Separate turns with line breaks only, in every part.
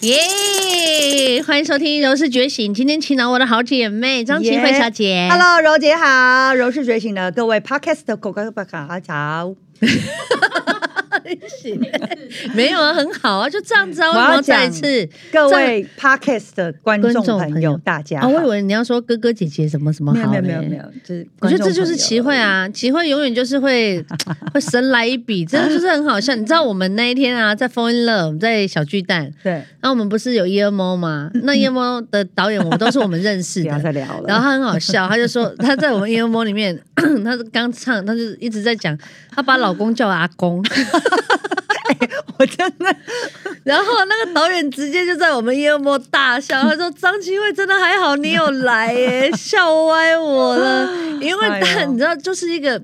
耶欢迎收听《柔氏觉醒》。今天请到我的好姐妹张琪慧小姐。
Hello，柔姐好，柔是觉醒的各位 Podcast 的狗狗巴卡早。
没有啊，很好啊，就这样子啊。为
嗯我
什么
要
要再
讲
一次？
各
这样
位 Podcast 的观众
观众
朋
朋友
友，大家
啊，
好。
我以为你要说哥哥姐姐什么什么
没有
好
没
嘞
有没有没有，就是
我觉得这
观众
就是
朋友
齐慧啊，齐慧永远就是 会会神来一笔，真的就是很好笑。你知道我们那一天啊，在 Fall in Love，在小巨蛋，
而已。
那我们不是有 EMO 吗？那 EMO 的导演我们都是我们认识
对，
的
不 要，再聊了。
然后他很好笑，他就说 他在我们 EMO 里面， 他刚唱，他就一直在讲，他把老公叫阿公，
我真的
然后那个导演直接就在我们 EMO 大笑，他说张琪慧真的还好你有来 耶，笑歪我了，因为他、
哎呦
你知道就是一个，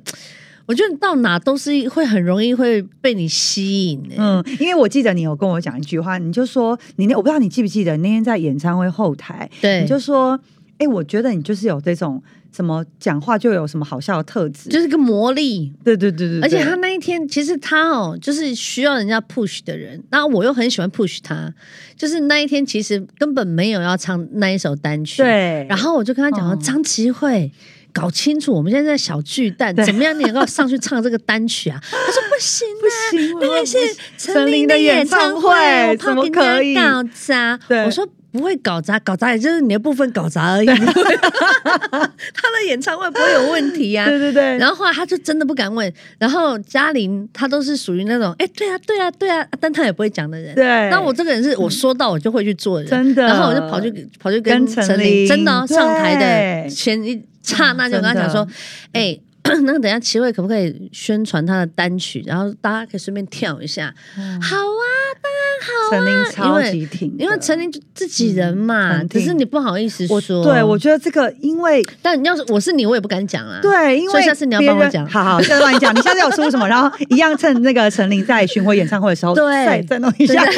我觉得到哪都是会很容易会被你吸引的、
嗯，因为我记得你有跟我讲一句话，你就说你那我不知道你记不记得那天在演唱会后台，
对，
你
就
就说，哎，我觉得你就是有这种什么讲话就有什么好笑的特质，
就是个魔力。
对对对对，
而且
对
他那一天，其实他哦，就是需要人家 push 的人，那我又很喜欢 push 他，就是那一天其实根本没有要唱那一首单曲，。
对，
然后我就跟他讲说，
哦
张琪慧。搞清楚，我们现在在小巨蛋，
对
怎么样？你能够上去唱这个单曲 啊？他说不行
不
啊，
行，我
那个
不
是
行
陈琳的演唱会，我怕
怎么
给人家
可以
搞砸？
对
我说不会搞砸，搞砸也就是你的部分搞砸而已。他的演唱会不会有问题呀、啊
对对对，
然后后来他就真的不敢问，然后嘉玲她都是属于那种，哎，对啊，对啊，对啊，但她也不会讲的人。
对，
那我这个人是我说到我就会去做人，
真的
然后我就跑去跑去跟
跟陈
陈
琳
真的哦、
对啊
上台的前一刹那就跟他讲说
真，
哎、那个等一下齐慧可不可以宣传她的单曲，然后大家可以顺便跳一下，
嗯
好啊，
陈琳超级挺的，
因为陈琳就自己人嘛，
很
只
挺
是你不好意思
嗯我
说，
对我觉得这个，因为
但你要是我是你，我也不敢讲啊，
对，因
所
为
以下次你要
别
帮我
人
讲
好好，下次帮你讲，你下次有出什么，然后一样趁那个陈琳在巡回演唱会的时 候，
对
再再弄一下。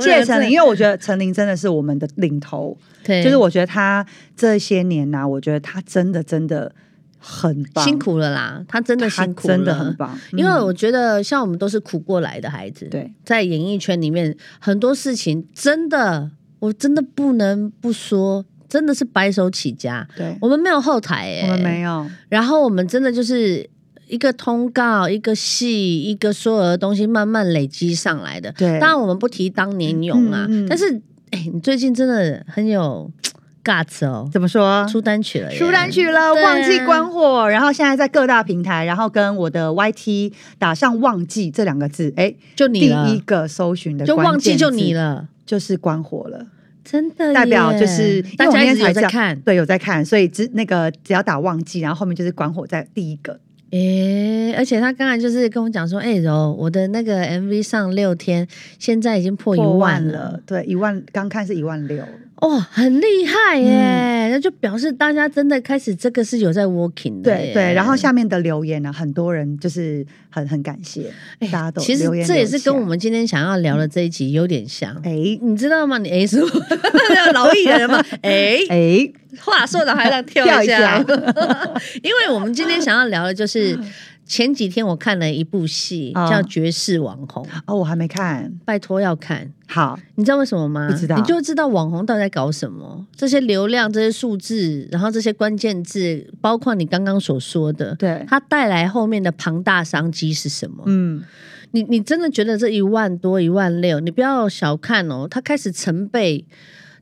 谢谢陈琳，因为我觉得陈琳真的是我们的领头，
对，
就是我觉得她这些年呐、我觉得她真的真的很棒，
辛，苦了啦，他真的
她
辛苦了，
真的很棒，
因为
嗯
我觉得像我们都是苦过来的孩子，
对，
在演艺圈里面很多事情真的，我真的不能不说，真的是白手起家，
对，
我们没有后台、欸，
我们没有，
然后我们真的就是一个通告、一个戏、一个所有的东西慢慢累积上来的。
对
当然我们不提当年勇啊，
嗯嗯嗯
但是哎、你最近真的很有 guts 哦，
怎么说？
出单曲了耶，
出单曲了，
对啊
忘记关火，然后现在在各大平台，然后跟我的 YT 打上“忘记”这两个字，哎，
就
第
你了，
一个搜寻的
就忘记
关键
就
字
你，了。
就是关火了，
真的耶
代表就是因为
大
我
家
那
一
天
直有
才
在
知道
看，
对，有在看，所以只那个只要打忘记，然后后面就是关火在第一个，
诶、而且他刚才就是跟我讲说，哎、柔，我的那个 MV 上六天，现在已经破一
破
万了
了，，对，一万，刚看是一万六，
哦，很厉害耶、
嗯
那就表示大家真的开始这个是有在 working 的耶，
对对，然后下面的留言呢，很多人就是很很感谢
哎
大家都
其实
留言
这也是
留下
跟我们嗯今天想要聊的这一集有点像。
哎
你知道吗？你 A 是我 老艺人 嘛？哎、
哎
话说的还让跳
跳
一
一
下
下，
因为我们今天想要聊的就是前几天我看了一部戏
啊
叫《绝世网红》，
哦，我还没看，
拜托要看。
好，
你知道为什么吗？
不知道
你就会知道网红到底在搞什么。这些流量、这些数字，然后这些关键字，包括你刚刚所说的，
对，
它带来后面的庞大商机是什么？
嗯。
你你真的觉得这一万多、一万六，你不要小看哦，它开始成倍，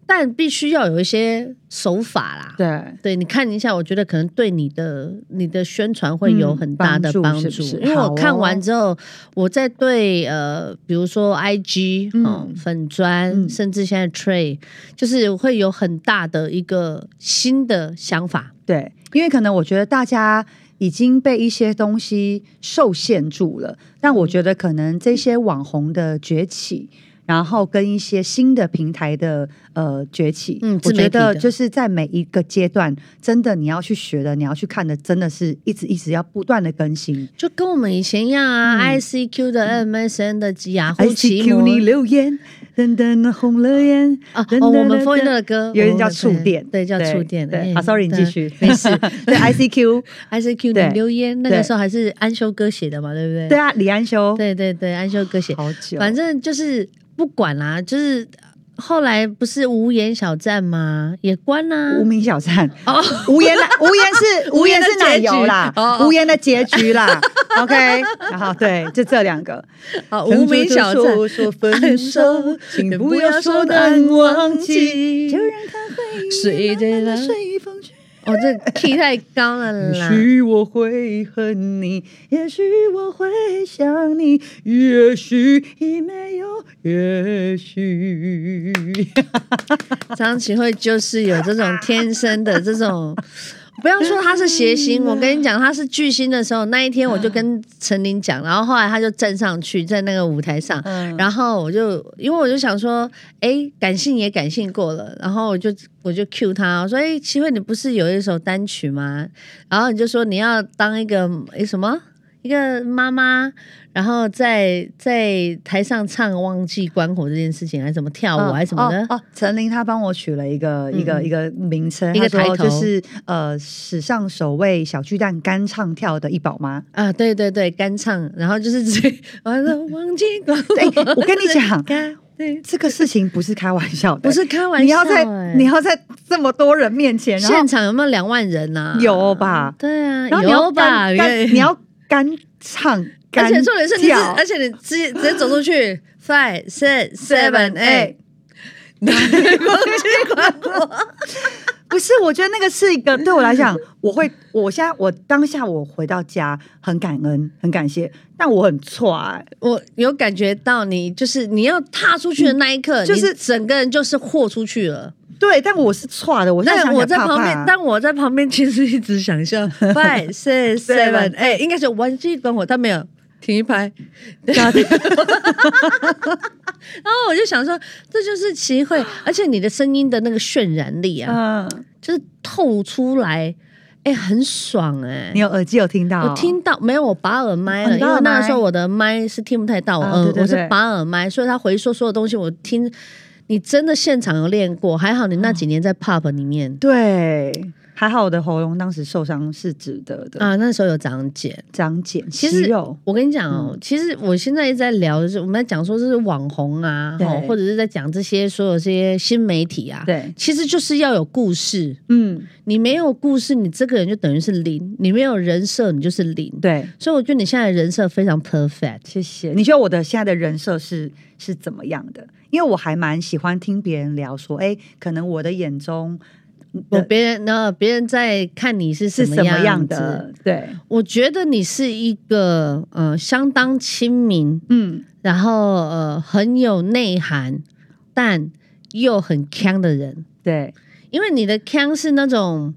但必须要有一些手法啦。
对，
对，你看一下，我觉得可能对你的你的宣传会有
嗯
很大的
帮助
帮助，
是不是
因为
好
我
哦
看完之后，我在对呃，比如说 IG
嗯
哦、粉砖，
嗯
甚至现在 Tray，就是会有很大的一个新的想法。
对，因为可能我觉得大家已经被一些东
嗯
西受限住了，但我觉得可能这些网红的崛起，然后跟一些新的平台的呃崛起，
嗯
我
自媒
觉
体的
得就是在每一个阶段，真的你要去学的，你要去看的，真的是一直一直要不断的更新。
就跟我们以前一样啊、i c q 的 MSN 的雅虎
嗯 I
奇
C Q
摩
你留言，噔噔红了眼，
啊，
噔
哦，
噔
我们
噔
f o
噔
的歌
有人叫触电，
对，叫触电。
对，
哎
啊，sorry，你继
对
续，
没事。
对 I C Q，
I C Q
对
你留言那
对
个时候还是安修哥写的嘛，对不对？
对啊，李安修，
对对对，安修哥写。
好久，
反正就是不管啦、就是后来不是无言小站吗？也关啊啦、
无名小站，
哦，
无言啦，无言 是无言
的
是奶
结局
油啦
哦，哦
无言的结 局啦，OK，然后对，就这两 个。
好，啊无名小站。
说说分 手，请不要说难忘记，就让它回忆
随着
慢慢地
浪
随风去。
哦，这 key 太高了
也
啦。
许我会恨你，也许我会想你，也许已没有，也许。
张启慧就是有这种天生的这种，不要说他是谐星，我跟你讲，他是巨星的时候，那一天我就跟陈琳讲，然后后来他就站上去，在那个舞台上，
嗯
然后我就因为我就想说，哎，感性也感性过了，然后我就我就 cue 他，我说，哎，启慧你不是有一首单曲吗？然后你就说你要当一个诶什么？一个妈妈，然后在在台上唱《忘记关火》这件事情，还是怎么跳舞，啊还是什么的
哦，哦陈琳她帮我取了一个一个
嗯
一个名称，
一个
她
title
说就是呃史上首位小巨蛋干唱跳的一宝妈。
啊，对对对，干唱，然后就是直接， 我还说忘记关火。
对，我跟你讲，
干，对，
这个事情不是开玩笑的，
不是开玩
你
笑、欸，
要在你要在这么多人面前，然后
现场有没有两万人呐、
有吧
对啊，
然后你要
有吧？
干干你要干 唱
而
干
且重点是你是，
跳
而且你直接直接走出去，five six seven
哎
哎 eight，
不是，我觉得那个是一个对我来讲，我会，我现在我当下我回到家很感恩，很感谢，但我很挫、哎
我有感觉到你就是你要踏出去的那一刻，
就是
你整个人就是豁出去了。
对，但我是挫的，我现在
但
想
我
起
在
来怕
旁
怕啊
边，但我在旁边其实一直想笑 five six seven，哎，应该是玩具关火，但没有停一 拍。然后我就想说，这就是齐慧，而且你的声音的那个渲染力啊，
嗯，
就是透出来，哎，很爽哎、
你有耳机嗯有听到、
我听到没有？我拔耳麦
哦
了，
你拔
因为那
耳
个
麦
时候我的麦是听不太到，
啊
嗯、
对对
我是
对
拔耳麦，所以他回溯所有东西我听。你真的现场有练过，还好你
哦
那几年在 pub 里面、
对。嗯还好我的喉咙当时受伤是值得的，
啊，那时候有长茧。
长茧
其
息
实
肉，嗯
我跟你讲哦，其实我现在一直在聊，就是我们在讲说这是网红啊，
对
吼或者是在讲这些所有这些新媒体啊，
对，
其实就是要有故事。
嗯，
你没有故事，你这个人就等于是零；你没有人设，你就是零。
对，
所以我觉得你现在的人设非常 perfect。
谢谢。你觉得我的现在的人设是是怎么样的？因为我还蛮喜欢听别人聊说，哎，可能我的眼中
我
的
别人那别人在看你是
嗯是
么
什么样
子
的？对，
我觉得你是一个呃相当亲民，
嗯，
然后呃很有内涵，但又很强的人。
对，
因为你的腔是那种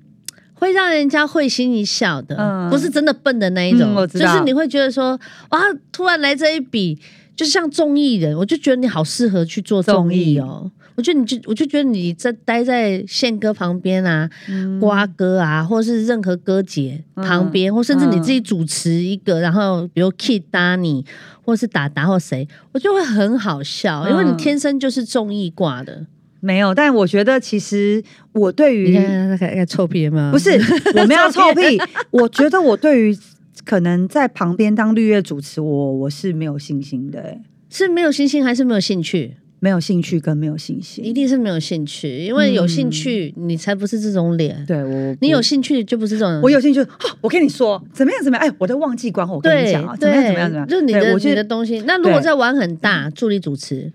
会让人家会心一笑的，
嗯
不是真的笨的那一种，
嗯我知
就
道
是你会觉得说，哇，突然来这一笔，就像综艺人，我就觉得你好适合去做综艺哦。我觉得你就，我就觉得你在待在宪哥旁边啊，
嗯
瓜哥啊，或是任何哥姐旁边，或甚至你自
嗯
己主持一个，然后比如 Kid 搭你，或是达达或谁，我就会很好笑，因为你
嗯
天生就是综艺挂的。
没有。但我觉得其实我对
你
于
看，看看臭屁吗？
不是我没有臭屁，我觉得我对于可能在旁边当绿叶主持，我我是没有信心的、诶
是没有信心还是没有兴趣？
没有兴趣跟没有信
一
心。
定是没有兴趣，因为有兴趣、你才不是这种脸。
嗯对我，
你有
我
兴趣就不是这种。
我有兴趣，哦我跟你说怎么样怎么样？哎，我都忘记关火，我跟你
对
讲啊，怎么样
对，
怎么样怎么样？
就是你
对
的
我
你
觉
的
得
东西。那如果
对
再玩很大，助理主持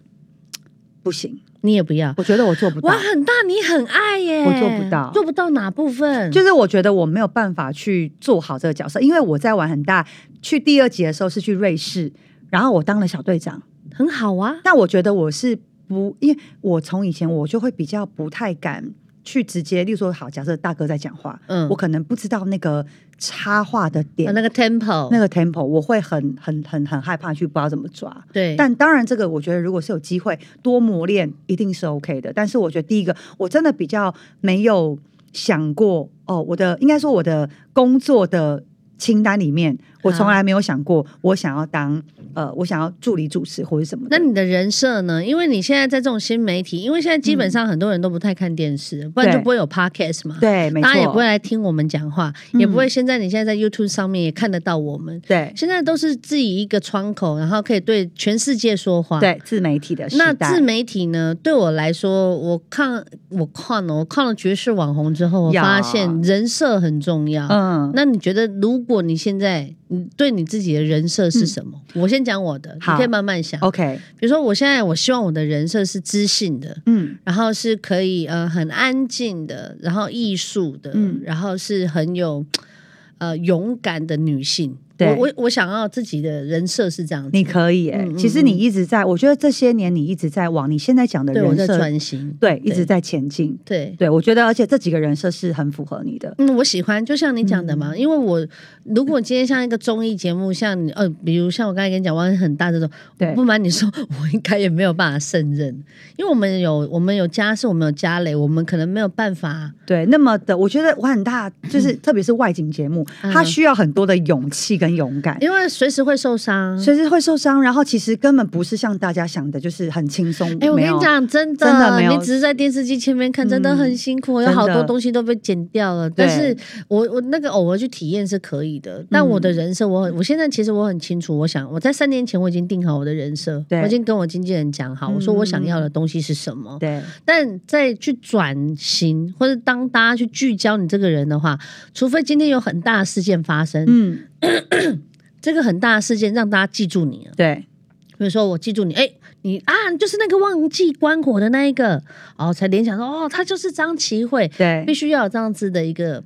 不行，
你也不要。
我觉得我做不到
玩。很大你很爱耶，
我做不到
做不到哪部分？
就是我觉得我没有办法去做好这个角色，因为我在玩很大。去第二集的时候是去瑞士，然后我当了小队长。
很好啊。
那我觉得我是不，因为我从以前我就会比较不太敢去直接，例如说，好，假设大哥在讲话，
嗯
我可能不知道那个插话的点，
啊那个 tempo，
那个 tempo，我会很很很很害怕去不知道怎么抓。
对，
但当然，这个我觉得如果是有机会多磨练，一定是 OK 的。但是我觉得第一个，我真的比较没有想过哦，我的应该说我的工作的清单里面，我
啊
从来没有想过我想要当呃，我想要助理主持或者什么的。
那你的人设呢？因为你现在在这种新媒体，因为现在基本上很多人都不太看电视，不然就不会有 podcast 嘛。
嗯对，没
大
错，
家也不会来听我们讲话，
嗯
也不会现在你现在在 YouTube 上面也看得到我们。
对
现在都是自己一个窗口，然后可以对全世界说话。，
对自媒体的时
那
代
自媒体呢？对我来说，我看我看了我看了爵士网红之后，我
呀
发现人设很重要。
嗯，
那你觉得，如果你现在你对你自己的人设是什么？我先讲我的，你
嗯好哦
可以慢慢想。
OK，
比如说，我现在我希望我的人设是知性的，
嗯
然后是可以呃很安静的，然后艺术的，
嗯
然后是很有呃勇敢的女性。
对
我我我想要自己的人设是这样子，
你可以、欸，
嗯嗯
其实你一直在，我觉得这些年你一直在往你现在讲的
对我
人
在
设，
转型，
对，一
对
直在前进。
对。
对，我觉得，而且这几个人设是很符合你的。
嗯，我喜欢，就像你讲的嘛，因为我如果今天像一个综艺节目，像你呃，比如像我刚才跟你讲，玩很大这种，
对
不瞒你说，我应该也没有办法胜任，因为我们有我们有家事，我们有家累，我们可能没有办法，
对，那么的，我觉得我很大，就是特别是外景节目，
嗯
它需要很多的勇气跟勇敢，
因为随时会受伤。
随时会受伤。然后其实根本不是像大家想的，就是很轻松。
哎、我
没
跟
有
你，讲，真的，
真的没有嗯
你只是在电视机前面看，真的很辛苦，有
真的
好多东西都被剪掉了。
对
但是我我那个偶尔去体验是可以的，但
嗯
我的人设，我很我现在其实我很清楚，我想我在三年前我已经定好我的人设，
对嗯
我已经跟我经纪人讲好，我说我想要的东西是什么。
对，
但在去转型或者当大家去聚焦你这个人的话，除非今天有很大的事件发生，
嗯，
这个很大的事件让大家记住你了。
对，
比如说我记住你，哎、你啊，你就是那个忘记关火的那一个，哦，才联想说，哦，他就是张琪慧，必
对，
须要有这样子的一个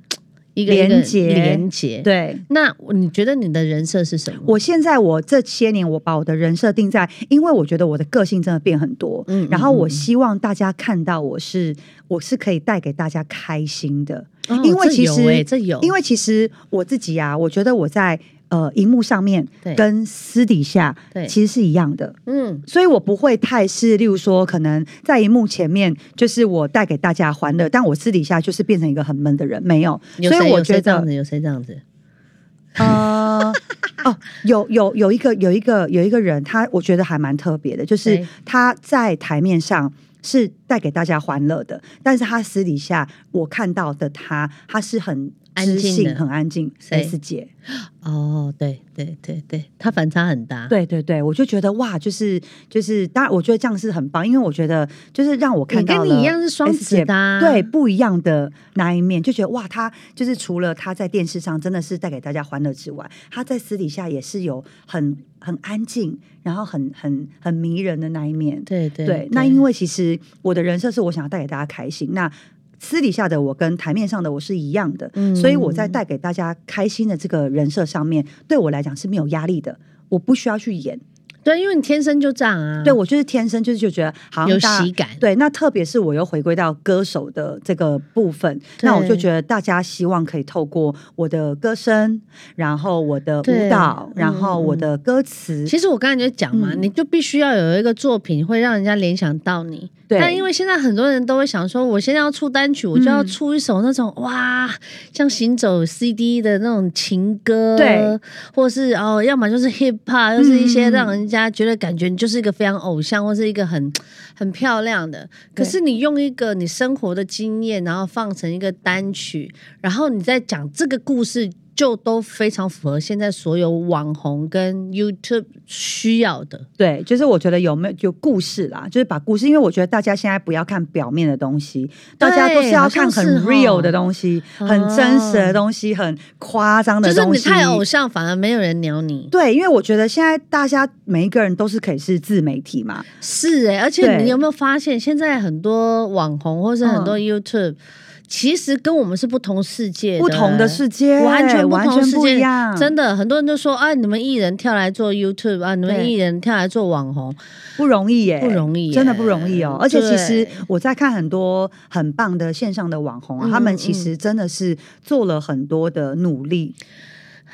一个
连结
一个连结。，
对。
那你觉得你的人设是什么？
我现在我这些年，我把我的人设定在，因为我觉得我的个性真的变很多，
嗯嗯
然后我
嗯
希望大家看到我是我是可以带给大家开心的，
哦
因为
这
其
有
实
欸这有，
因为其实我自己啊，我觉得我在呃荧幕上面
对
跟私底下
对
其实是一样的。
嗯，
所以我不会太是，例如说，可能在荧幕前面就是我带给大家欢乐，但我私底下就是变成一个很闷的人，没有。
有
所
谁
以我
有谁
觉
这样
得，
子，有谁这样子？
呃，哦，有有有一个有一个有一个人，他我觉得还蛮特别的，就是
谁
他在台面上是带给大家欢乐的，但是他私底下我看到的他，他是很
安静
知
的
性、很安静。
谁
S 姐，
哦，对对对对，他反差很大。
对对对，我就觉得哇，就是就是，当然我觉得这样是很棒，因为我觉得就是让我看
你
到
跟
了
你一样是双
S 姐
子的啊
对不一样的那一面，就觉得哇，她就是除了她在电视上真的是带给大家欢乐之外，她在私底下也是有很很安静，然后很很很迷人的那一面。
对对
对，那因为其实我的人设是我想要带给大家开心，那私底下的我跟台面上的我是一样的，
嗯
所以我在带给大家开心的这个人设上面，对我来讲是没有压力的，我不需要去演，
对，因为你天生就这样啊，
对我就是天生就是就觉得好
有
像大
喜
家。
感。
对，那特别是我又回归到歌手的这个部分，那我就
对
觉得大家希望可以透过我的歌声，然后我的
对
舞蹈，然
嗯
后我
嗯
的歌词，
其实我刚才就讲嘛，
嗯
你就必须要有一个作品会让人家联想到你。
对
但因为现在很多人都会想说，我现在要出单曲，我就
嗯
要出一首那种、哇，像行走 CD 的那种情歌，
对，
或是哦，要么就是 hip hop，又是一些
嗯
让人家觉得感觉你就是一个非常偶像，或是一个很很漂亮的。可
对
是你用一个你生活的经验，然后放成一个单曲，然后你再讲这个故事，就都非常符合现在所有网红跟 YouTube 需要的。
对，就是我觉得有没有有故事啦，就是把故事，因为我觉得大家现在不要看表面的东西，大家都是要看
好
很
像是哦
real 的东西，
哦
很真实的东西，很夸张
就
的
是
东
你
西。
太偶像，反而没有人鸟你。
对，因为我觉得现在大家每一个人都是可以是自媒体嘛，
是哎、而且
对
你有没有发现，现在很多网红或是很多
嗯
YouTube，、其实跟我们是不同世界，
不同的世界，
完全不
完
同
全
世
不一
界
样，
真的，很多人都说啊，你们艺人跳来做 YouTube 啊，你们
对
艺人跳来做网红
不容易耶，
不容易耶，欸
真的不容易哦。而且其实
对
我在看很多很棒的线上的网红啊，
嗯
他们其实真的是做了很多的努力。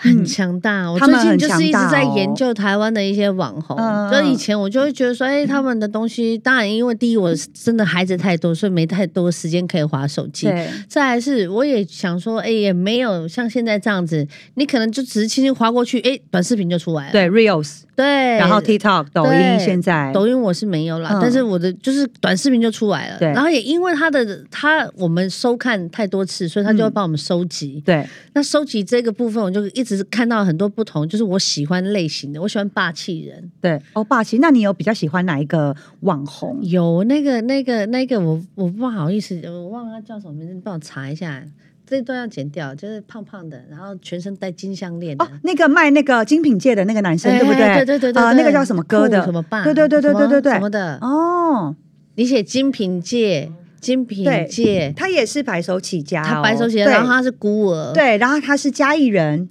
很强大。我
他
最
们
近
很
就是一
强
直
大
在
哦
研究台湾的一些网红
嗯，
就以前我就会觉得说，哎，他们的东西，当然因为第一我真的孩子太多，所以没太多时间可以划手机。
对，
再来是，我也想说，哎、也没有像现在这样子，你可能就只是轻轻划过去，哎、短视频就出来了。
对，Reels，
对，
然后 TikTok、抖音，
对
现在
抖音我是没有啦，
嗯
但是我的就是短视频就出来了。
对
然后也因为它的它我们收看太多次，所以它就会
嗯
帮我们收集。
对
那收集这个部分，我就一直看到很多不同，就是我喜欢类型的，我喜欢霸气人。
对哦，霸气。那你有比较喜欢哪一个网红？
有那个、那个、那个，我我不好意思，我忘了他叫什么名字，你帮我查一下。这段要剪掉，就是胖胖的，然后全身戴金项链的，
哦，那个卖那个精品界的那个男生，
哎
对不
哎
对？
对对对对
啊
对
那个叫什么歌的
酷什么爸？
对对对对
什么
对对对
什么的。
哦，
你写金品界，金品界，
他也是白手起家哦，
他白手起家，
对
然后他是孤儿，
对，然后他是嘉义人，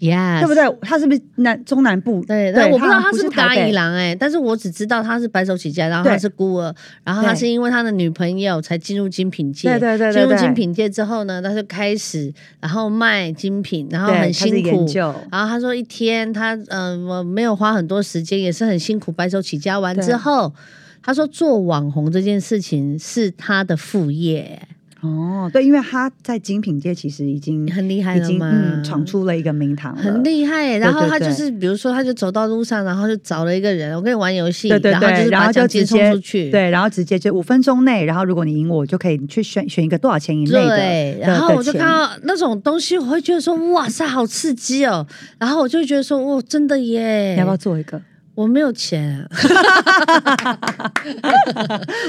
，yes，
对不？对？他是不是南中南部？
对，但我不知道他
不
是不是
台
嘎
北
伊郎哎，但是我只知道他是白手起家，然后他
对
是孤儿，然后他
对
是因为他的女朋友才进入精品界，
对对对对
进入
对
精品界之后呢，他就开始然后卖精品，然后
对
很
他是
辛苦
研。究
然后他说一天他嗯、我没有花很多时间，也是很辛苦白手起家。完之后，他说做网红这件事情是他的副业，
哦，对，因为他在精品界其实已经
很厉害
已
了
经
吗？
嗯闯出了一个名堂了，
很厉害耶、然后
对
他就
对
是，比如说，他就走到路上，然后就找了一个人，我跟你玩游戏，
对对
然后就
对，
是
然
把
后就
奖金
直
送
接
出去，
对，然后直接就五分钟内，然后如果你赢我，就可以去选选一个多少钱以内的
对。
的
然后
的
我就
钱
看到那种东西，我会觉得说，哇塞，好刺激哦！然后我就会觉得说，哇，真的耶！
你要不要做一个？
我没有钱、 啊，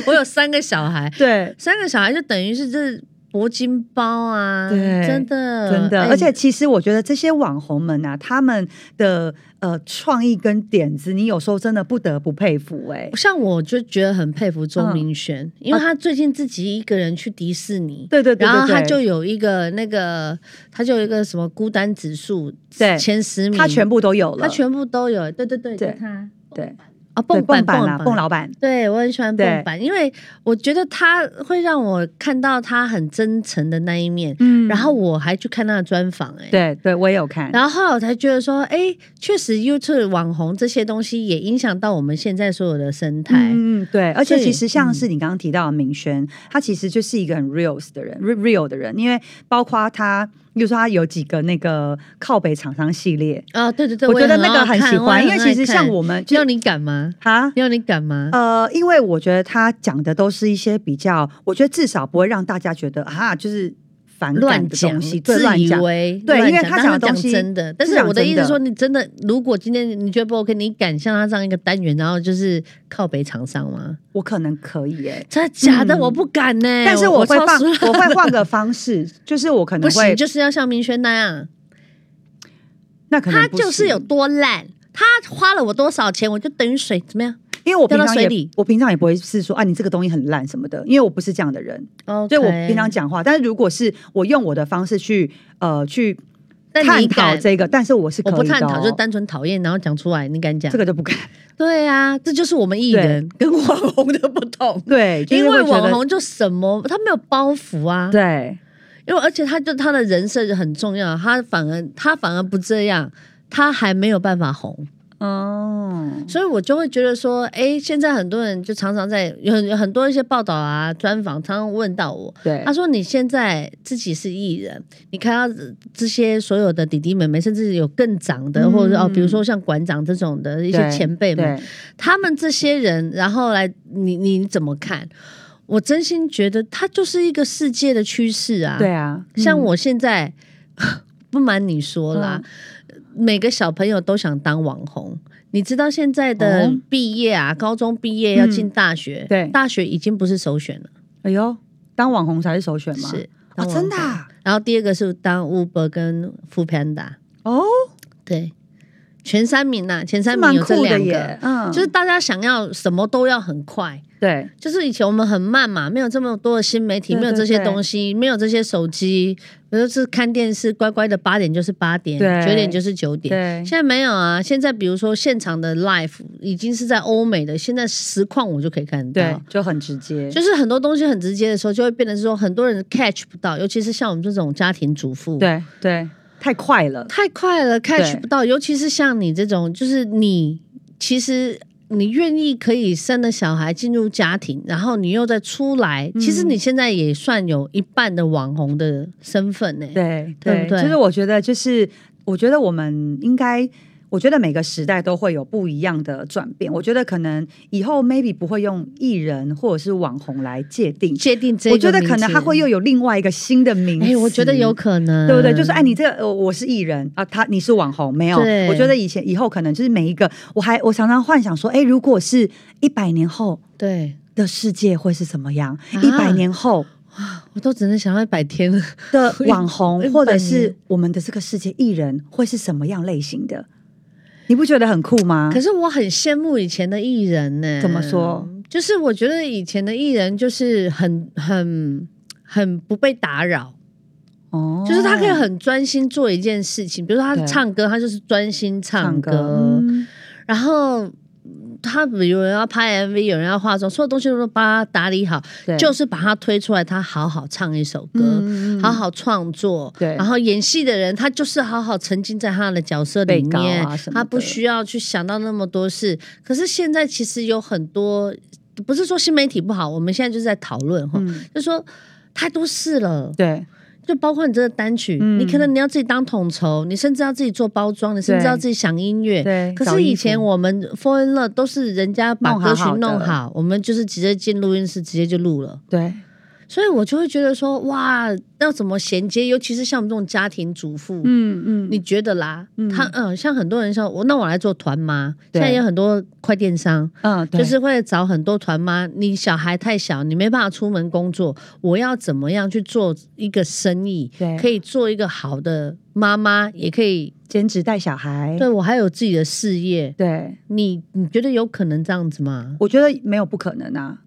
我有三个小孩，
对。
三个小孩就等于是这铂金包啊，
对
真的
真的，
哎
而且其实我觉得这些网红们啊，他们的呃创意跟点子，你有时候真的不得不佩服哎、
像我就觉得很佩服钟明轩，因为他最近自己一个人去迪士尼，
嗯对对对对对，
然后他就有一个那个，他就有一个什么孤单指数，
对
前十名，
他全部都有了，
他全部都有，对对对，
对
就他
对
啊，
对
蹦板
蹦板啦，蹦
板。
老板，
对，我很喜欢
对
蹦板，因为我觉得他会让我看到他很真诚的那一面，
嗯
然后我还去看他的专访、哎，
对对，我也有看，
然后后来我才觉得说，哎，确实 YouTube 网红这些东西也影响到我们现在所有的生态，
嗯，嗯对，而且
所以
其实像
嗯
是你刚刚提到的明轩，他其实就是一个很 real 的人，re-，real 的人，因为包括他，比如说他有几个那个靠北厂商系列，
啊，对对对，
我觉得
也
那个
爱
很
看
喜
我也
欢，因为
很
其
爱
实
看
像我们就
要你敢吗？
啊。
要你敢吗？
呃，因为我觉得他讲的都是一些比较，我觉得至少不会让大家觉得啊，就是反感
乱
的
讲
东西，对
自
乱
以
讲，
为
对
乱
因为他
但
讲的东西
真的，但
是
是
讲
我的
真
意思
的
说，你真的，如果今天你觉得不 OK，你敢像他这样一个单元，然后就是靠北厂商吗？
我可能可以哎、
真的假的？
嗯
哎我不敢呢、
但是我会
超
放，
俗
我会换 个方式，就是我可
不
能会
行，，就是要像明轩那样，
那可能
他
不
就是有多烂，他花了我多少钱，我就等于水，怎么样？
因为我平
掉到
常
水
也
里
我平常也不会是说啊，你这个东西很烂什么的，因为我不是这样的人，
哦，
所以我平常，讲话。但是如果是我用我的方式去呃去
但
探
你
讨
敢？
这个，但是我是可
我
以的、
不探讨，就是
但
单纯讨厌，然后讲出来，你敢讲
这？个就不敢。
对啊，这就是我们艺
对
人跟网红的不同，
对， 就是
因为
会觉得
网红就什么，他没有包袱啊。
对
因为而且他就他的人设就很重要，他反而他反而不这样，他还没有办法红，
哦，
所以我就会觉得说，哎，现在很多人就常常在 有有很多一些报道啊、专访，常常问到我，
对
他说你现在自己是艺人，你看到这些所有的弟弟妹妹，甚至有更长的，
嗯
或者是哦，比如说像馆长这种的一些
对
前辈们，
对
他们这些人，然后来你你怎么看？我真心觉得它就是一个世界的趋势啊，
对啊，
像
嗯
我现在， 不瞒你说啦，
嗯
每个小朋友都想当网红。你知道现在的
哦
毕业啊，高中毕业要进大学，
对
大学已经不是首选了，
哎呦，当网红才是首选嘛，
是
啊，
当网
真的
红
啊
然后第二个是当 Uber 跟 f o o Panda，
哦，
对，前三名呐、前三名
蛮
有这
酷的
两
耶
个，，
嗯，
就是大家想要什么都要很快。
对，
就是以前我们很慢嘛，没有这么多的新媒体，
对
没有这些
对对
东西，没有这些手机，我就是看电视，乖乖的八点就是八点，
对
九点就是九点。
对
现在没有啊，现在比如说现场的 live 已经是在欧美的，现在实况我就可以看
对
到。，
就很直接，
就是很多东西很直接的时候，就会变成是说很多人 catch 不到，尤其是像我们这种家庭主妇，，
对对，太快了，
太快了 catch 不到，尤其是像你这种，就是你其实你愿意可以生了小孩进入家庭，然后你又再出来，其实
嗯
你现在也算有一半的网红的身份呢、
对
对不对
就是我觉得，就是我觉得我们应该。我觉得每个时代都会有不一样的转变。我觉得可能以后 maybe 不会用艺人或者是网红来界定，
界定这个
我觉得
名
可能
字
他会又有另外一个新的名词。
哎、我觉得有可能，
对不对？就是哎，你这个、呃我是艺人啊，他你是网红没有？
对
我觉得以前以后可能就是每一个，我还我常常幻想说，哎，如果是一百年后
对，
的世界会是怎么样？
啊
一百、年后
我都只能想到一百天了。
的
一
网红，
100
或者是我们的这个世界艺人会是什么样类型的？你不觉得很酷吗？
可是我很羡慕以前的艺人呢、
怎么说？
就是我觉得以前的艺人就是很很很不被打扰。
哦
就是他可以很专心做一件事情，比如说他
对
唱歌，他就是专心唱
唱
歌，
歌，嗯
然后嗯他比如有人要拍 MV，有人要化妆，所有东西都把他打理好，
对
就是把他推出来，他好好唱一首歌。
嗯嗯嗯
好好创作，
对
然后演戏的人，他就是好好沉浸在他的角色里
被告
面，
啊什么的
他不需要去想到那么多事。可是现在其实有很多，不是说新媒体不好，我们现在就是在讨论哈，
嗯
就说太多事了，
对
就包括你这个单曲，
嗯
你可能你要自己当统筹，你甚至要自己做包装，你甚至要自己想音乐。
对。
可
找
是
衣
以
服
前我们 f a l l in Love 都是人家把
弄好
歌曲
好的
弄好，我们就是直接进录音室直接就录了，
对
所以我就会觉得说，哇，要怎么衔接？尤其是像我们这种家庭主妇，
嗯嗯
你觉得啦？
嗯
他嗯、像很多人说，我那我来做团妈，
对
现在有很多快电商，
嗯对
就是会找很多团妈，你小孩太小，你没办法出门工作，我要怎么样去做一个生意
对，
可以做一个好的妈妈，也可以
兼职带小孩
对我还有自己的事业。
对
你你觉得有可能这样子吗？
我觉得没有不可能啊。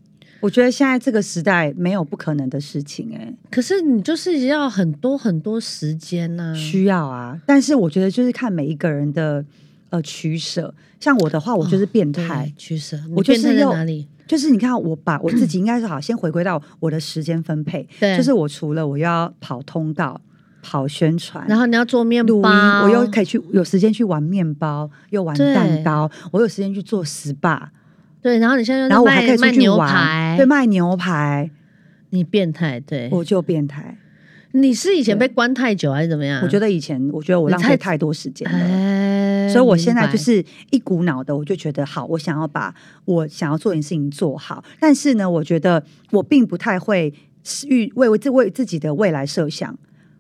我觉得现在这个时代没有不可能的事情、欸，
可是你就是要很多很多时间呐、
需要啊。但是我觉得就是看每一个人的呃取舍。像我的话，我就是变态，
哦对，取舍，
我就是
你变态
要
在哪里？
就是你看我把我自己应该是好，先回归到我的时间分配，
嗯对，
就是我除了我要跑通告、跑宣传，
然后你要做面
录音，
包，
我又可以去有时间去玩面包，又玩
对
蛋糕，我有时间去做 SPA，
对，然后你现在又在
然后我
卖
还可以出
卖
去
牛
玩，
排
对，，卖牛排，
你变态，对，
我就变态。
你是以前被关太久还是怎么样？
我觉得以前，我觉得我
嗯你
浪费
太
太多时 间了。
哎，
所以，我现在就
明白
是一股脑的，我就觉得好，我想要把我想要做的事情做好。但是呢，我觉得我并不太会预为为自为自己的未来设想。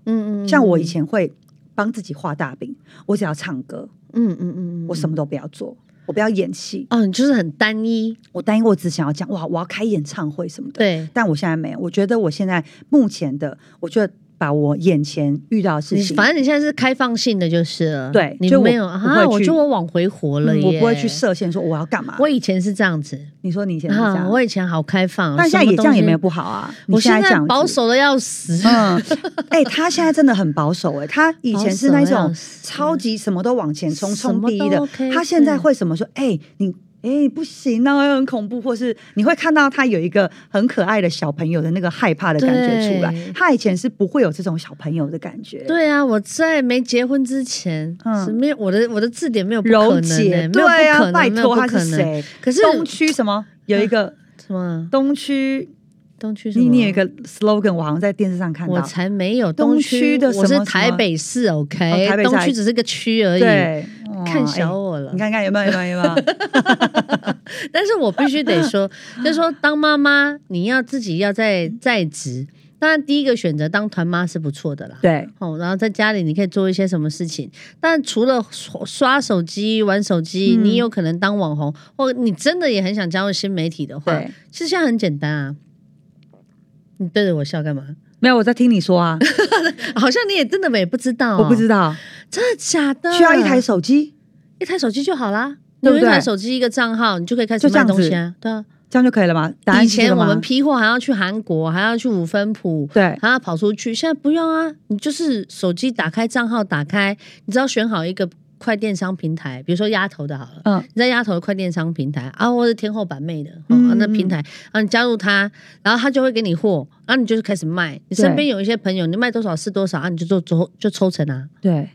嗯嗯，嗯
像我以，前会帮自己画大饼，我只要唱歌，
嗯嗯嗯嗯，
我什
么？
么都不要做，我不要演戏。
哦，你就是很单一，
我担心我只想要讲哇，我要开演唱会什么的。
对，
但我现在没有，我觉得我现在目前的，我觉得把我眼前遇到的事
你
情，
反正你现在是开放性的，就是了
对
你
就我
没有
不
啊？
会
我
去
觉得我往回活了
嗯
耶，
我不会去设限说我要干嘛。
我以前是这样子，
你说你以前是这
啊，
样，
我以前好开放，
但现在也这样也
什
没有
么
不好啊。
东西。我现
你在这
在
样子
保。守的要死，
嗯，哎、他现在真的很保守哎、他以前是那种超级什么都往前冲，
什么
冲
都
第一的。
OK，
他现在会什么说？哎、你哎、不行啊，那很恐怖，或是你会看到他有一个很可爱的小朋友的那个害怕的感觉出
对
来。他以前是不会有这种小朋友的感觉，
对啊，我在没结婚之前，
嗯
是没有我的我的字典没有不
柔
可能、
姐，
欸，没有
对
不
啊，
可能，
拜
没有
托
不
他
可
是
能。
谁？
可是
东区什么有一个
什么
东区，
东区什么？
你你有一个 slogan，我好像在电视上看
我
到，
才没有
东
东
区的
我
什
是
么什
台
么
北市
哦
，OK，、
台北市
东
还
区只是个区而已。
对，哇
看小
哎
我了
你，看看有没有有没有有没有？
但是我必须得说，就是说当妈妈，你要自己要在
嗯
在职。当然，第一个选择当团妈是不错的啦。
对
哦，然后在家里你可以做一些什么事情？但除了刷刷手机、玩手机，
嗯
你有可能当网红，或你真的也很想加入新媒体的话，
对，
其实现在很简单啊。你对着我笑干嘛？
没有我在听你说啊，
好像你也真的也不知道、啊
嗯我不知，道，
真的假的？
需要一台手机，
一台手机就好啦。你
对
有
不
一
对
台手机一个账号，你就可以开始
就这
卖
样
东
子
西啊。对啊，
这样就可以了吗？答案
以
是这
前
个
我
吗
们批货还要去韩国，还要去五分埔，
对
还要跑出去。现在不用啊，你就是手机打开账号，打开，你只要选好一个快电商平台，比如说丫头的好了。
嗯
你在丫头的快电商平台啊，或者天后版妹的、哦
嗯
啊那
嗯
平台啊，你加入它，然后它就会给你货，然后你就是开始卖。你身边有一些朋友，你卖多少是多少啊，你就做抽就抽成啊。
对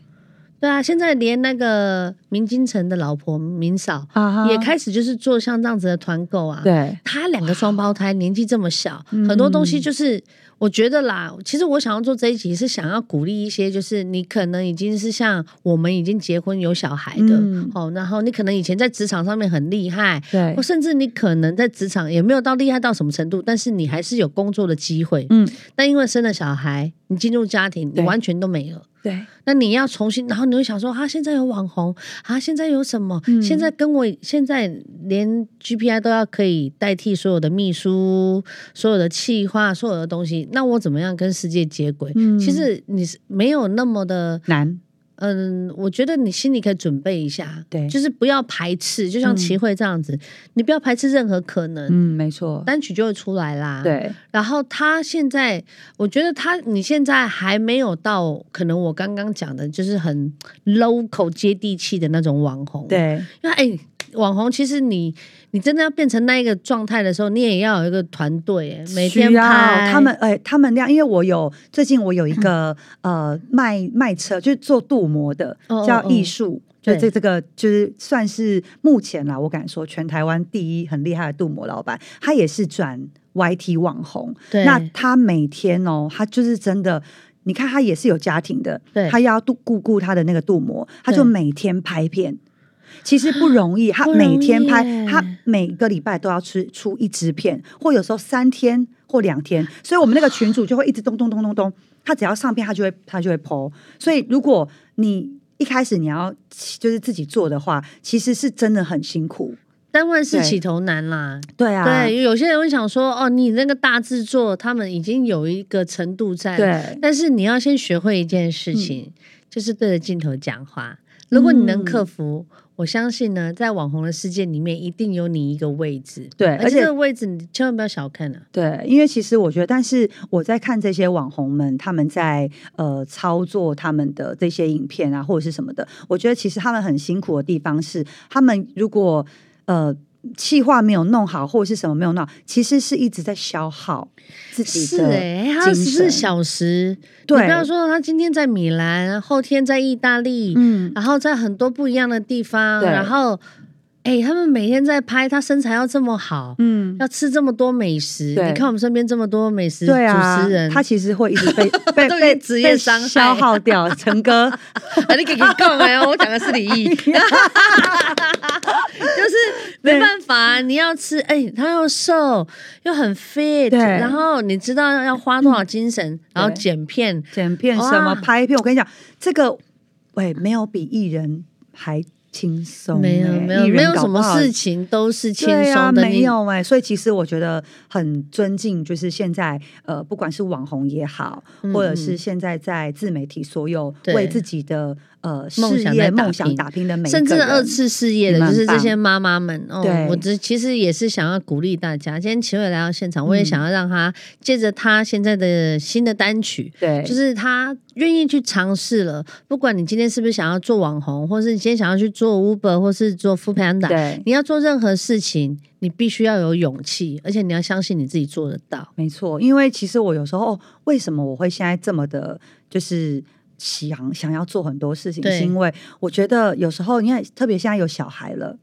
对啊，现在连那个明金城的老婆明嫂、
啊哈
也开始就是做像这样子的团购啊。
对
他两个双胞胎年纪这么小，
嗯
很多东西就是我觉得啦，其实我想要做这一集是想要鼓励一些，就是你可能已经是像我们已经结婚有小孩的，
嗯
哦，然后你可能以前在职场上面很厉害，
对
或甚至你可能在职场也没有到厉害到什么程度，但是你还是有工作的机会。
嗯
但因为生了小孩，你进入家庭，你
对
完全都没了。
对
那你要重新，然后你会想说，啊，现在有网红，啊，现在有什么？
嗯
现在跟我现在连 GPI 都要可以代替所有的秘书、所有的企划、所有的东西，那我怎么样跟世界接轨？
嗯
其实你是没有那么的，
难
嗯，我觉得你心里可以准备一下，
对
就是不要排斥，就像
嗯
齐慧这样子，你不要排斥任何可能，
嗯没错
单曲就会出来啦。。
对
然后他现在，我觉得他你现在还没有到，可能我刚刚讲的就是很 local 接地气的那种网红。，
对
因为哎，网红其实你你真的要变成那一个状态的时候，你也要有一个团队，哎每天
需要
拍嗯
他们，哎他们那样，因为我有最近我有一个呃卖卖车，就是做镀膜的
哦哦，
叫
哦
艺术。就
对
这这个就是算是目前啦，我敢说全台湾第一很厉害的镀膜老板，他也是转 YT 网红，
对
那他每天哦，他就是真的，你看他也是有家庭的
对，
他要度顾顾他的那个镀膜，他就
对
每天拍片。其实不 容易，他
不
每
容
天
易
拍
耶，
他每个礼拜都要吃出一支片，或有时候三天或两天，所以我们那个群主就会一直咚咚咚咚咚，他只要上片，他就会他就会 PO。所以如果你一开始你要就是自己做的话，其实是真的很辛苦。
但万事
对
起头难啦。
对啊，
对，有些人会想说，哦，你那个大制作，他们已经有一个程度在了，
对
但是你要先学会一件
嗯
事情，就是对着镜头讲话。如果你能
嗯
克服，我相信呢，在网红的世界里面，一定有你一个位置。
对而
而且
且
这个位置你千万不要小看啊。
对，因为其实我觉得，但是我在看这些网红们他们在呃操作他们的这些影片啊，或者是什么的，我觉得其实他们很辛苦的地方是，他们如果呃气划没有弄好，或者是什么没有弄好，其实是一直在消耗自己
是
的
哎、他二十
精
四
神
小时，你
对
不要说他今天在米兰，后天在意大利，
嗯，
然后在很多不一样的地方，
对
然后哎、他们每天在拍，他身材要这么好，
嗯。
要吃这么多美食，
对
你看我们身边这么多美食
对啊
主持人，，
他其实会一直 被被
都有
被
职业
被
伤害
消耗掉。陈哥，
啊，你给你干嘛呀？我讲的是李 毅，就是没办法，你要吃，哎、他又瘦又很 fit，
对
然后你知道要花多少精神，然后剪片，
剪片什么
哇
拍片，我跟你讲，这个喂没有比艺人还轻松、欸，
没有没有
艺人
没有
搞
什
不
么
好
事情都是轻
对啊，
松的，
没
你
有哎、所以其实我觉得很尊敬，就是现在呃，不管是网红也好，
嗯
或者是现在在自媒体所有
对
为自己的呃事
梦想在
业
打
梦想
拼
打拼的每一个
甚至
人
二次事业的，
你们
就是这
棒
些妈妈们哦
对。
我只其实也是想要鼓励大家。今天齐伟来到现场，
嗯
我也想要让他借着他现在的新的单曲，
对，
就是他愿意去尝试了。不管你今天是不是想要做网红，或是你今天想要去做 Uber，或是啊做 f o o Panda，
对，
你要做任何事情，你必须要有勇气，而且你要相信你自己做得到。
没错，因为其实我有时候、哦为什么我会现在这么的，就是想想要做很多事情，
对
是因为我觉得有时候你看，特别现在有小孩了，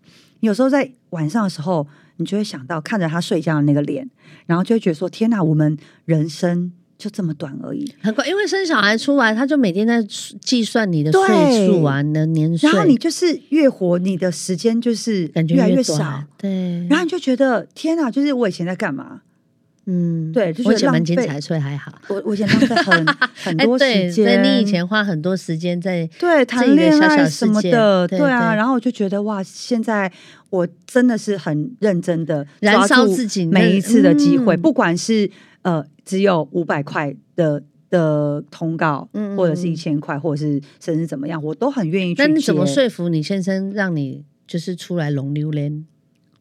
有时候在晚上的时候，你就会想到看着他睡觉的那个脸，然后就会觉得说：天哪，我们人生就这么短而已。
很快，因为生小孩出来，他就每天在计算你的岁
对
数啊，你的年岁，
然后你就是越活，你的时间就是
感觉
越来
越
越
短
少。，嗯
对，
然后你就觉得天哪，就是我以前在干嘛？
嗯，
对就
我以
觉得
前
浪
蛮精
费
彩，所以还好。
我我以前浪费 很很多
哎对，
时
所
间。
以你以前花很多时间在
对，
自己
谈
的
恋
小小
爱
世
什么
界
的，
对
对啊。
对
然后我就觉得哇，现在我真的是很认真的
燃烧自己
每一次的机会，
嗯
不管是呃只有五百块的的通告，
嗯嗯
或者是一千块，或者是甚至怎么样，我都很愿意去
那
接。
你怎么说服你先生让你就是出来龙榴莲？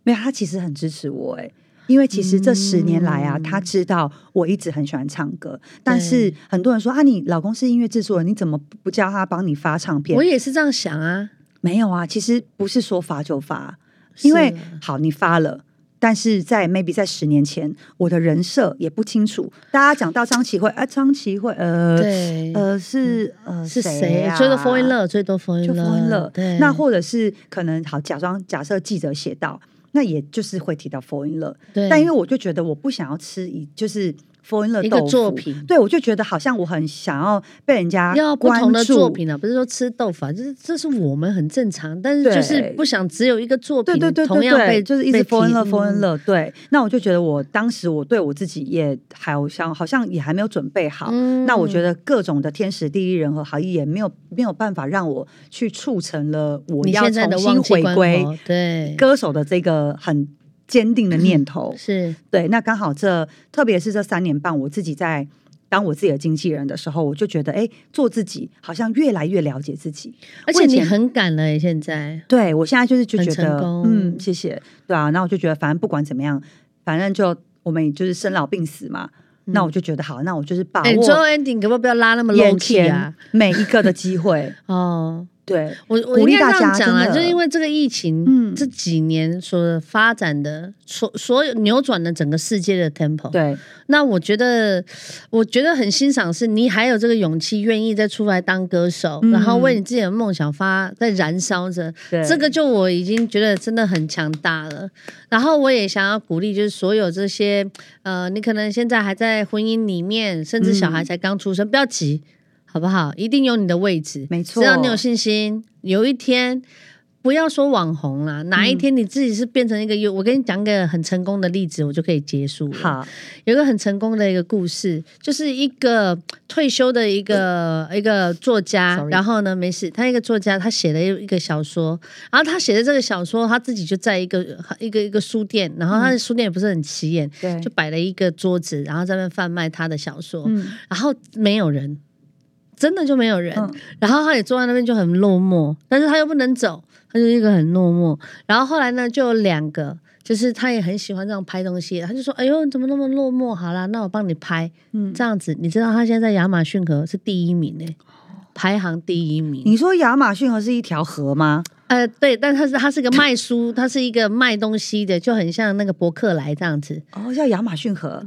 没有，他其实很支持我哎、因为其实这十年来啊，
嗯
他知道我一直很喜欢唱歌，但是很多人说啊，你老公是音乐制作人，你怎么不叫他帮你发唱片
我？也是这样想啊，
没有啊，其实不是说发就发，因为
是啊
好你发了。但是在 maybe 在十年前，我的人设也不清楚。大家讲到张启慧，啊，张启慧，呃，
对，
呃，是呃
是
谁
谁
啊？？
最多 fall in love，最多 fall in
就
love，
疯了。
对，
那或者是可能好，假装假设记者写到，那也就是会提到 fall in love，
对，
但因为我就觉得我不想要吃一就是 fall in love
一个
豆腐
作，品。
对我就觉得好像我很想要被人家
要不
关
同的
注
作。品啊，不是说吃豆腐啊，就是这是我们很正常，但是
对
就是不想只有一个作品，
对对对
同
对
样
对，
被
就是一
被
直
提
fall in love，fall in
嗯
love。对，那我就觉得我当时我对我自己也好像好像也还没有准备好。
嗯
那我觉得各种的天时地利人和，好也没有没有办法让我去促成了我
你
要
现在
重
的
新
忘记
回
关
归
头，对，
歌手的这个很坚定的念头。
是
对，那刚好这，特别是这三年半，我自己在当我自己的经纪人的时候，我就觉得，哎，做自己好像越来越了解自己。
而
我
且
以
你
前
很敢了耶，欸现在
对我现在就是就
很
觉得
成功，
嗯，谢谢，对啊，那我就觉得，反正不管怎么样，反正就我们就是生老病死嘛。那我就觉得好，那我就是把
嗯哎，你最后
握
ending 可不可以不要拉那么 low
眼
key 啊
前？每一个的机会。
哦，
对，
我我
鼓
应
励
该
大
这样
家
讲啊，
真
就
的
是因为这个疫情，
嗯
这几年所发展的，所所有扭转了整个世界的 tempo。
对，
那我觉得，我觉得很欣赏是你还有这个勇气，愿意再出来当歌手，
嗯
然后为你自己的梦想发在燃烧着。
对
这个就我已经觉得真的很强大了。然后我也想要鼓励，就是所有这些呃，你可能现在还在婚姻里面，甚至
嗯
小孩才刚出生，不要急，好不好？一定有你的位置，
没错
只要你有信心，有一天。不要说网红啦，哪一天你自己是变成一个有、我跟你讲个很成功的例子，我就可以结束了。
嗯好，
有一个很成功的一个故事，就是一个退休的一个、一个作家
呃 Sorry
然后呢，没事，他一个作家，他写了一一个小说，然后他写的这个小说，他自己就在一个一个一个书店，然后
嗯
他的书店也不是很起眼，
对，
就摆了一个桌子，然后在那边贩卖他的小说，
嗯
然后没有人，真的就没有人。
嗯
然后他也坐在那边就很落寞，但是他又不能走，他就是一个很落寞。然后后来呢，就有两个，就是他也很喜欢这样拍东西，他就说：“哎呦，你怎么那么落寞？好啦，那我帮你拍。”
嗯
这样子，你知道他现在在亚马逊河是第一名呢、欸排行第一名。
你说亚马逊河是一条河吗？
呃，对，但他是他是个卖书，他是一个卖东西的，就很像那个博客来这样子。
哦，叫亚马逊河。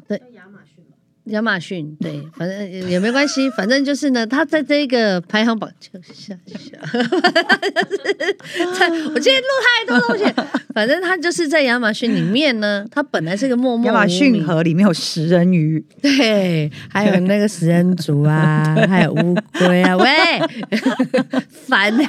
亚马逊，对，反正 也也没关系，反正就是呢，他在这个排行榜就下下， 在我今天录太多东西，反正他就是在亚马逊里面呢，他本来是个默默
亚马
无
逊
名
河里面有食人鱼，
对，还有那个食人族啊，还有乌龟 啊，喂，烦呢、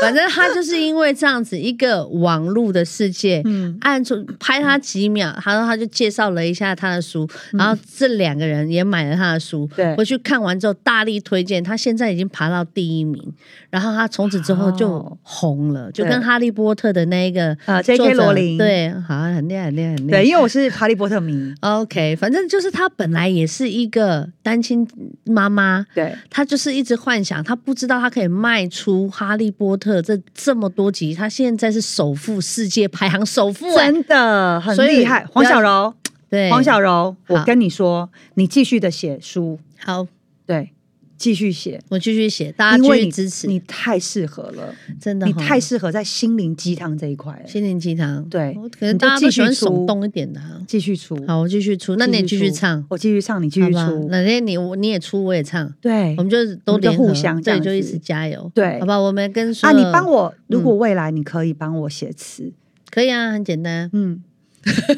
反正他就是因为这样子一个网络的世界，
嗯
按住拍他几秒，然后他就介绍了一下他的书，然后这两个人也买了他的书，
嗯对
回去看完之后大力推荐，他现在已经爬到第一名，然后他从此之后就
哦
红了，就
对
跟哈利波特的那一个
呃，J.K.
作者
罗琳
对，好，很厉害，很厉害，很厉害
对，。因为我是哈利波特迷，
OK，反正就是她本来也是一个单亲妈妈，
对，
她就是一直幻想，她不知道她可以卖出《哈利波特》这这么多集，她现在是首富，世界排行首富、哎
真的很
所以
厉害。
不
黄
要
小柔，
对，
黄小柔，
好
我跟你说，你继续的写书，
好，
对，继续写，
我继续写，大家
因
继
为
续
你
支持，
你太适合了，
真的
你
哈
太适合在心灵鸡汤这一块了，
心灵鸡汤，
对
我可能
你就
大家都喜欢
继续出
耸动一点的、啊。
继续出，
好，我继续出，那你也继续
出
唱，
我继续唱，你继
好
续
吧？
出，
哪天你我你也出，我也唱，
对
我，们就都
我们就
联合
互相这
对，
样
就一
子
起加油，
对
好吧？我们跟
啊，
所
你
有
帮我，如
嗯
果未来你可以帮我写词，
可以啊，很简单。
嗯。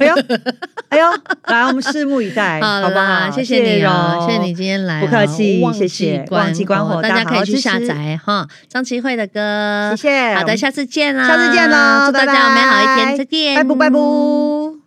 哎呦，哎呦，来，我们拭目以待，好不
啦
好？
谢谢你哦，
柔
谢谢你今天来哦，
不客气
忘
谢
记哦
谢忘记关火
大
大
家
家好
可以
好
去
支
下
持
载哈张琪慧的歌。
谢谢，
啊好的，下次见啦，
下次见喽，
祝大家有美好一
拜
天，
拜
再见，
拜不拜不。